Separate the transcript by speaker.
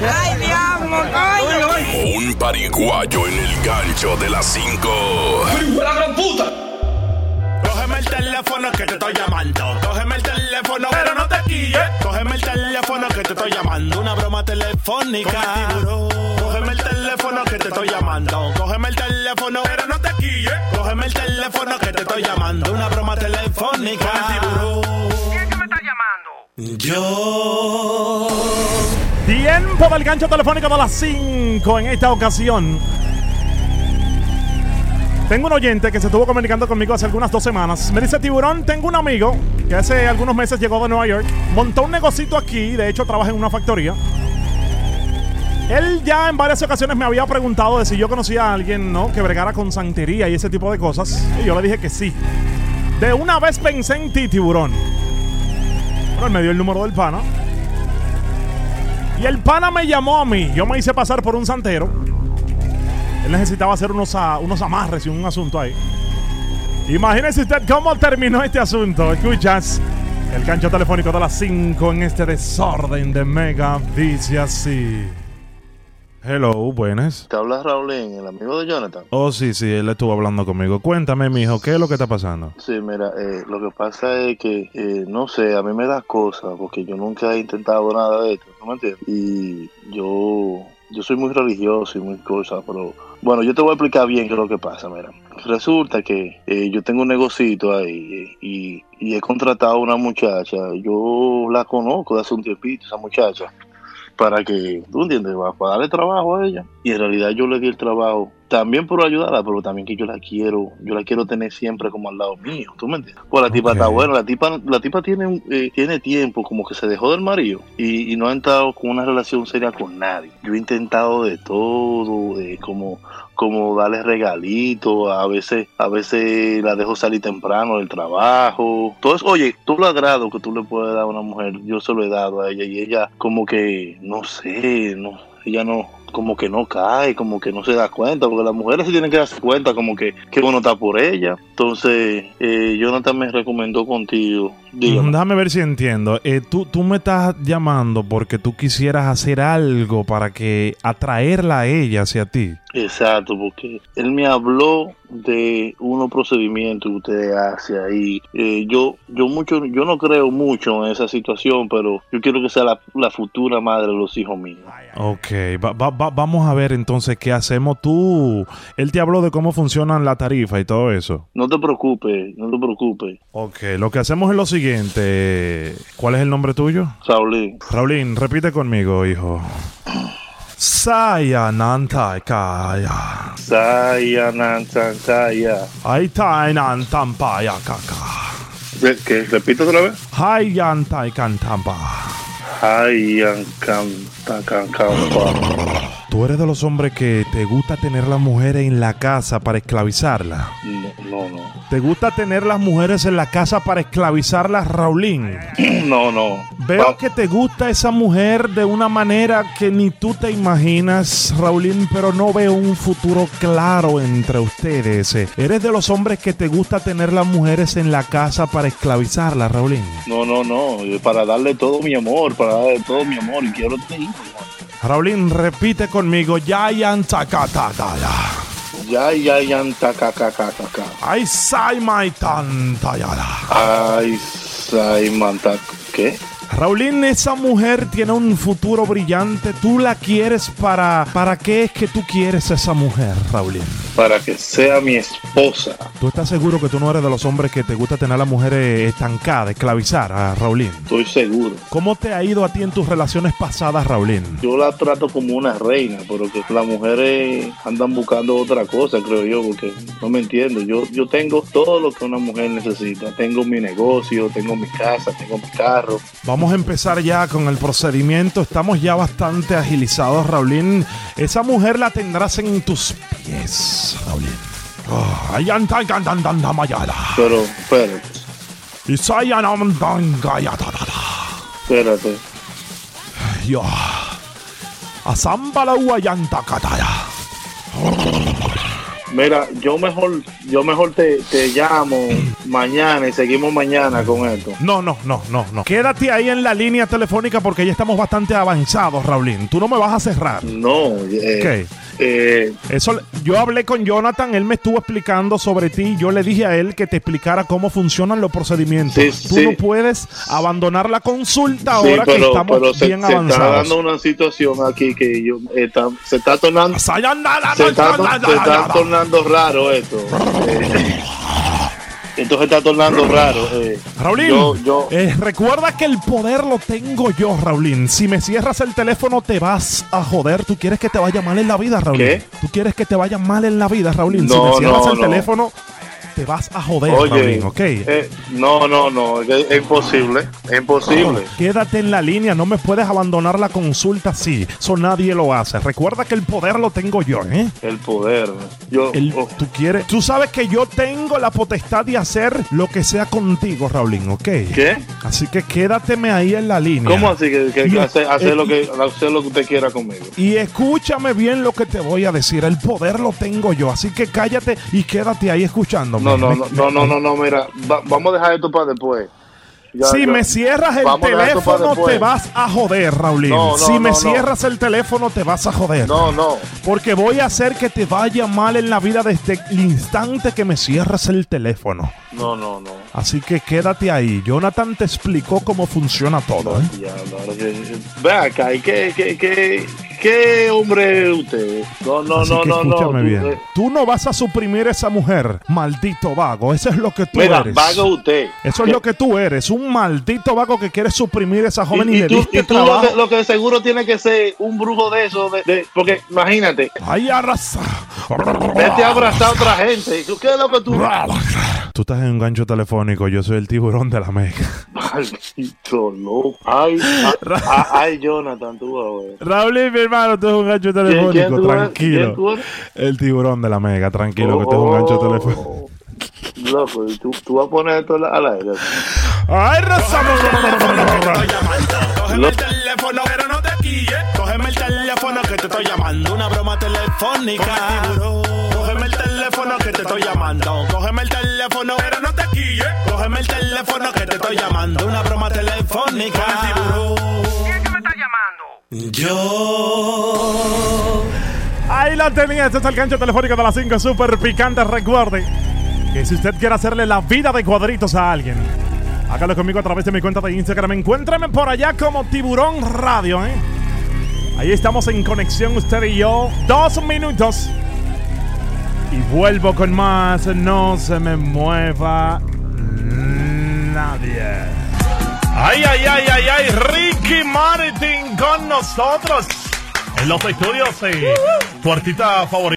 Speaker 1: ¡Ay, diablo, coño!
Speaker 2: Un pariguayo en el gancho de las 5.
Speaker 3: Cógeme el teléfono que te estoy llamando. Cógeme el teléfono, pero no te quille. Cógeme el teléfono que te estoy llamando. Una broma telefónica. Cógeme el teléfono que te estoy llamando. Cógeme el teléfono, pero no te quille. Cógeme el teléfono que te estoy llamando. Una broma telefónica. Yo.
Speaker 4: Tiempo del gancho telefónico de las 5 en esta ocasión. Tengo un oyente que se estuvo comunicando conmigo hace algunas dos semanas. Me dice, tiburón, tengo un amigo que hace algunos meses llegó de Nueva York, montó un negocito aquí, de hecho trabaja en una factoría. Él ya en varias ocasiones me había preguntado de si yo conocía a alguien, ¿no? Que bregara con santería y ese tipo de cosas. Y yo le dije que sí. De una vez pensé en ti, tiburón. Bueno, él me dio el número del pana. Y el pana me llamó a mí. Yo me hice pasar por un santero. Él necesitaba hacer unos, a- unos amarres y un asunto ahí. Imagínese usted cómo terminó este asunto. Escuchas el cancho telefónico de las 5 en este desorden de Mega. Dice así. Hello, buenas.
Speaker 5: Te habla Raulín, el amigo de Jonathan.
Speaker 4: Oh, sí, sí, él estuvo hablando conmigo. Cuéntame, mijo, ¿qué es lo que está pasando?
Speaker 5: Sí, mira, eh, lo que pasa es que, eh, no sé, a mí me da cosas, porque yo nunca he intentado nada de esto, ¿no me entiendes? Y yo, yo soy muy religioso y muy cosa, pero bueno, yo te voy a explicar bien qué es lo que pasa, mira. Resulta que eh, yo tengo un negocito ahí eh, y, y he contratado a una muchacha, yo la conozco de hace un tiempito, esa muchacha, para que, ¿tú entiendes? Va- Para darle trabajo a ella. Y en realidad yo le di el trabajo también por ayudarla, pero también que yo la quiero, yo la quiero tener siempre como al lado mío, ¿tú me entiendes? Pues la tipa
Speaker 4: Ok.
Speaker 5: está buena, la tipa, la tipa tiene, un- eh, tiene tiempo, como que se dejó del marido y, y no ha entrado con una relación seria con nadie. Yo he intentado de todo, eh, como como darle regalitos, a veces, a veces la dejo salir temprano del trabajo. Entonces, oye, tú lo agrado que tú le puedes dar a una mujer, yo se lo he dado a ella y ella como que, no sé, no, ella no, como que no cae, como que no se da cuenta, porque las mujeres se tienen que darse cuenta como que, que uno está por ella. Entonces, eh, Jonathan me recomendó contigo,
Speaker 4: Mm,
Speaker 5: dígame.
Speaker 4: Déjame ver si entiendo. Eh, tú, tú me estás llamando porque tú quisieras hacer algo para que atraerla a ella hacia ti.
Speaker 5: Exacto, porque él me habló de unos procedimientos que usted hace ahí. Eh, yo, yo mucho, yo no creo mucho en esa situación, pero yo quiero que sea la, la futura madre de los hijos míos.
Speaker 4: Ok, va- va- va- vamos a ver entonces qué hacemos tú. Él te habló de cómo funcionan la tarifa y todo eso.
Speaker 5: No te preocupes, no te preocupes,
Speaker 4: Ok, lo que hacemos es lo siguiente. ¿Cuál es el nombre tuyo?
Speaker 5: Saulín.
Speaker 4: Raulín, repite conmigo, hijo. Sayanantaikaya.
Speaker 5: Saya, nan, san, saya.
Speaker 4: Aitainantampayakaka.
Speaker 5: Re- ¿Qué? Repito otra vez.
Speaker 4: Hayantaikantampa.
Speaker 5: Ay, an, can, ta, can, can, pa.
Speaker 4: Tú eres de los hombres que te gusta tener las mujeres en la casa para esclavizarlas.
Speaker 5: No, no, no.
Speaker 4: Te gusta tener las mujeres en la casa para esclavizarlas, Raulín.
Speaker 5: No, no.
Speaker 4: Veo
Speaker 5: Va-
Speaker 4: que te gusta esa mujer de una manera que ni tú te imaginas, Raulín, pero no veo un futuro claro entre ustedes. Eh, Eres de los hombres que te gusta tener las mujeres en la casa para esclavizarlas, Raulín.
Speaker 5: No, no, no. eh, Para darle todo mi amor, para darle todo mi amor. Y quiero tener hijos.
Speaker 4: Raulín, repite conmigo, Yayan Takatatala.
Speaker 5: Ya, ya, ya, ta, ca, ca, ca, ca, ca.
Speaker 4: Ay, Saimaitan Tayala.
Speaker 5: Ay, Simon, ta- ¿qué?
Speaker 4: Raulín, esa mujer tiene un futuro brillante. Tú la quieres para. ¿Para qué es que tú quieres a esa mujer, Raulín?
Speaker 5: Para que sea mi esposa.
Speaker 4: ¿Tú estás seguro que tú no eres de los hombres que te gusta tener a las mujeres estancadas, esclavizar a Raulín?
Speaker 5: Estoy seguro.
Speaker 4: ¿Cómo te ha ido a ti en tus relaciones pasadas, Raulín?
Speaker 5: Yo la trato como una reina, pero que las mujeres andan buscando otra cosa, creo yo, porque no me entiendo. Yo, yo tengo todo lo que una mujer necesita. Tengo mi negocio, tengo mi casa, tengo mi carro.
Speaker 4: Vamos a empezar ya con el procedimiento. Estamos ya bastante agilizados, Raulín. Esa mujer la tendrás en tus pies, Raulín. Ah, ay, an, tan, can, tan, tan, tamayala.
Speaker 5: Pero, espérate,
Speaker 4: Y sayan, am, tan, gaya, ta, ta, ta.
Speaker 5: espérate.
Speaker 4: Yo. Asambala uayanta kataya.
Speaker 5: Mira, yo mejor, yo mejor te, te llamo mañana y seguimos mañana con esto.
Speaker 4: No, no, no, no, no. Quédate ahí en la línea telefónica porque ya estamos bastante avanzados, Raulín. Tú no me vas a cerrar.
Speaker 5: No, eh,
Speaker 4: Ok.
Speaker 5: eh,
Speaker 4: Eso, yo hablé con Jonathan, él me estuvo explicando sobre ti. Yo le dije a él que te explicara cómo funcionan los procedimientos.
Speaker 5: Sí,
Speaker 4: Tú
Speaker 5: sí.
Speaker 4: no puedes abandonar la consulta
Speaker 5: sí,
Speaker 4: ahora que
Speaker 5: pero,
Speaker 4: estamos
Speaker 5: pero se,
Speaker 4: bien
Speaker 5: se está
Speaker 4: avanzados.
Speaker 5: dando una situación aquí que yo eh, está- se está tornando, se está, se está tornando raro esto. Eh, entonces está tornando raro. eh.
Speaker 4: Raulín,
Speaker 5: yo, yo,
Speaker 4: eh, recuerda que el poder lo tengo yo, Raulín. Si me cierras el teléfono, te vas a joder. Tú quieres que te vaya mal en la vida, Raulín.
Speaker 5: ¿Qué?
Speaker 4: Tú quieres que te vaya mal en la vida, Raulín. si
Speaker 5: No,
Speaker 4: me cierras
Speaker 5: no,
Speaker 4: el
Speaker 5: no.
Speaker 4: teléfono, te vas a joder,
Speaker 5: oye,
Speaker 4: Raulín, ¿ok?
Speaker 5: eh, no, no, no, es, es imposible, es imposible.
Speaker 4: Quédate en la línea, no me puedes abandonar la consulta así. Eso nadie lo hace. Recuerda que el poder lo tengo yo, ¿eh?
Speaker 5: El poder. Yo,
Speaker 4: El-
Speaker 5: oh,
Speaker 4: tú quieres. Tú sabes que yo tengo la potestad de hacer lo que sea contigo, Raulín, ¿ok?
Speaker 5: ¿Qué?
Speaker 4: Así que quédateme ahí en la línea.
Speaker 5: ¿Cómo así que, que- que
Speaker 4: Mira,
Speaker 5: hace, hace
Speaker 4: eh,
Speaker 5: lo que hacer lo que usted quiera conmigo?
Speaker 4: Y escúchame bien lo que te voy a decir. El poder lo tengo yo. Así que cállate y quédate ahí escuchándome.
Speaker 5: No, no,
Speaker 4: Me-
Speaker 5: no, no, no, no, no, mira, va- vamos a dejar esto para después. Ya,
Speaker 4: si
Speaker 5: ya.
Speaker 4: me cierras el
Speaker 5: Vamos a dejar esto para
Speaker 4: teléfono,
Speaker 5: después.
Speaker 4: te vas a joder, Raulín.
Speaker 5: No, no,
Speaker 4: si me
Speaker 5: no, no.
Speaker 4: cierras el teléfono, te vas a joder.
Speaker 5: No, no,
Speaker 4: Porque voy a hacer que te vaya mal en la vida desde el instante que me cierras el teléfono.
Speaker 5: no, no, no.
Speaker 4: Así que quédate ahí. Jonathan te explicó cómo funciona todo. ¿eh?
Speaker 5: Ya, no, ahora que- Ve acá, ¿y qué, qué, qué, qué hombre es usted? No, no,
Speaker 4: Así
Speaker 5: no,
Speaker 4: que
Speaker 5: no, no.
Speaker 4: escúchame
Speaker 5: tú-
Speaker 4: bien.
Speaker 5: eh,
Speaker 4: Tú no vas a suprimir a esa mujer, maldito vago. Eso es lo que tú
Speaker 5: Mira, eh.
Speaker 4: eres.
Speaker 5: vaga usted.
Speaker 4: Eso es lo que tú eres, un maldito vago que quiere suprimir a esa joven y,
Speaker 5: y, y
Speaker 4: le
Speaker 5: tú,
Speaker 4: diste
Speaker 5: y tú lo,
Speaker 4: trabajo.
Speaker 5: que, lo que seguro tiene que ser un brujo de eso, de- de- porque imagínate,
Speaker 4: ¡Ay, arrasa!
Speaker 5: vete a abrazar a otra gente. ¿Qué es lo que tú...
Speaker 4: Tú estás en un gancho telefónico, yo soy el tiburón de la meca.
Speaker 5: Maldito loco. Ay, a- a- ay, Jonathan, tú, güey.
Speaker 4: Raúl, mi hermano, tú eres un gancho telefónico,
Speaker 5: quién tú eres? ¿Quién tú
Speaker 4: tranquilo.
Speaker 5: eres?
Speaker 4: El tiburón de la mega, tranquilo, que tú eres un gancho telefónico.
Speaker 5: Oh, Loco, ¿y tú, tú vas a poner esto al aire.
Speaker 4: ¡Ay, arrasa!
Speaker 3: Cógeme el teléfono, pero no te quille. Cógeme el teléfono que te estoy llamando. Una broma telefónica. Cógeme el teléfono que te estoy llamando. Cógeme el teléfono, pero no te quille. Cógeme el teléfono que te estoy llamando. Una broma telefónica.
Speaker 4: Ahí la tenía, este es el gancho telefónico de las 5, súper picante. Recuerde que si usted quiere hacerle la vida de cuadritos a alguien, hágalo conmigo a través de mi cuenta de Instagram. Encuéntrame por allá como Tiburón Radio, ¿eh? Ahí estamos en conexión usted y yo. Dos minutos. Y vuelvo con más. No se me mueva nadie. Ay, ay, ay, ay, ay. Ricky Martin con nosotros. En los estudios, sí. Tu artista favorito.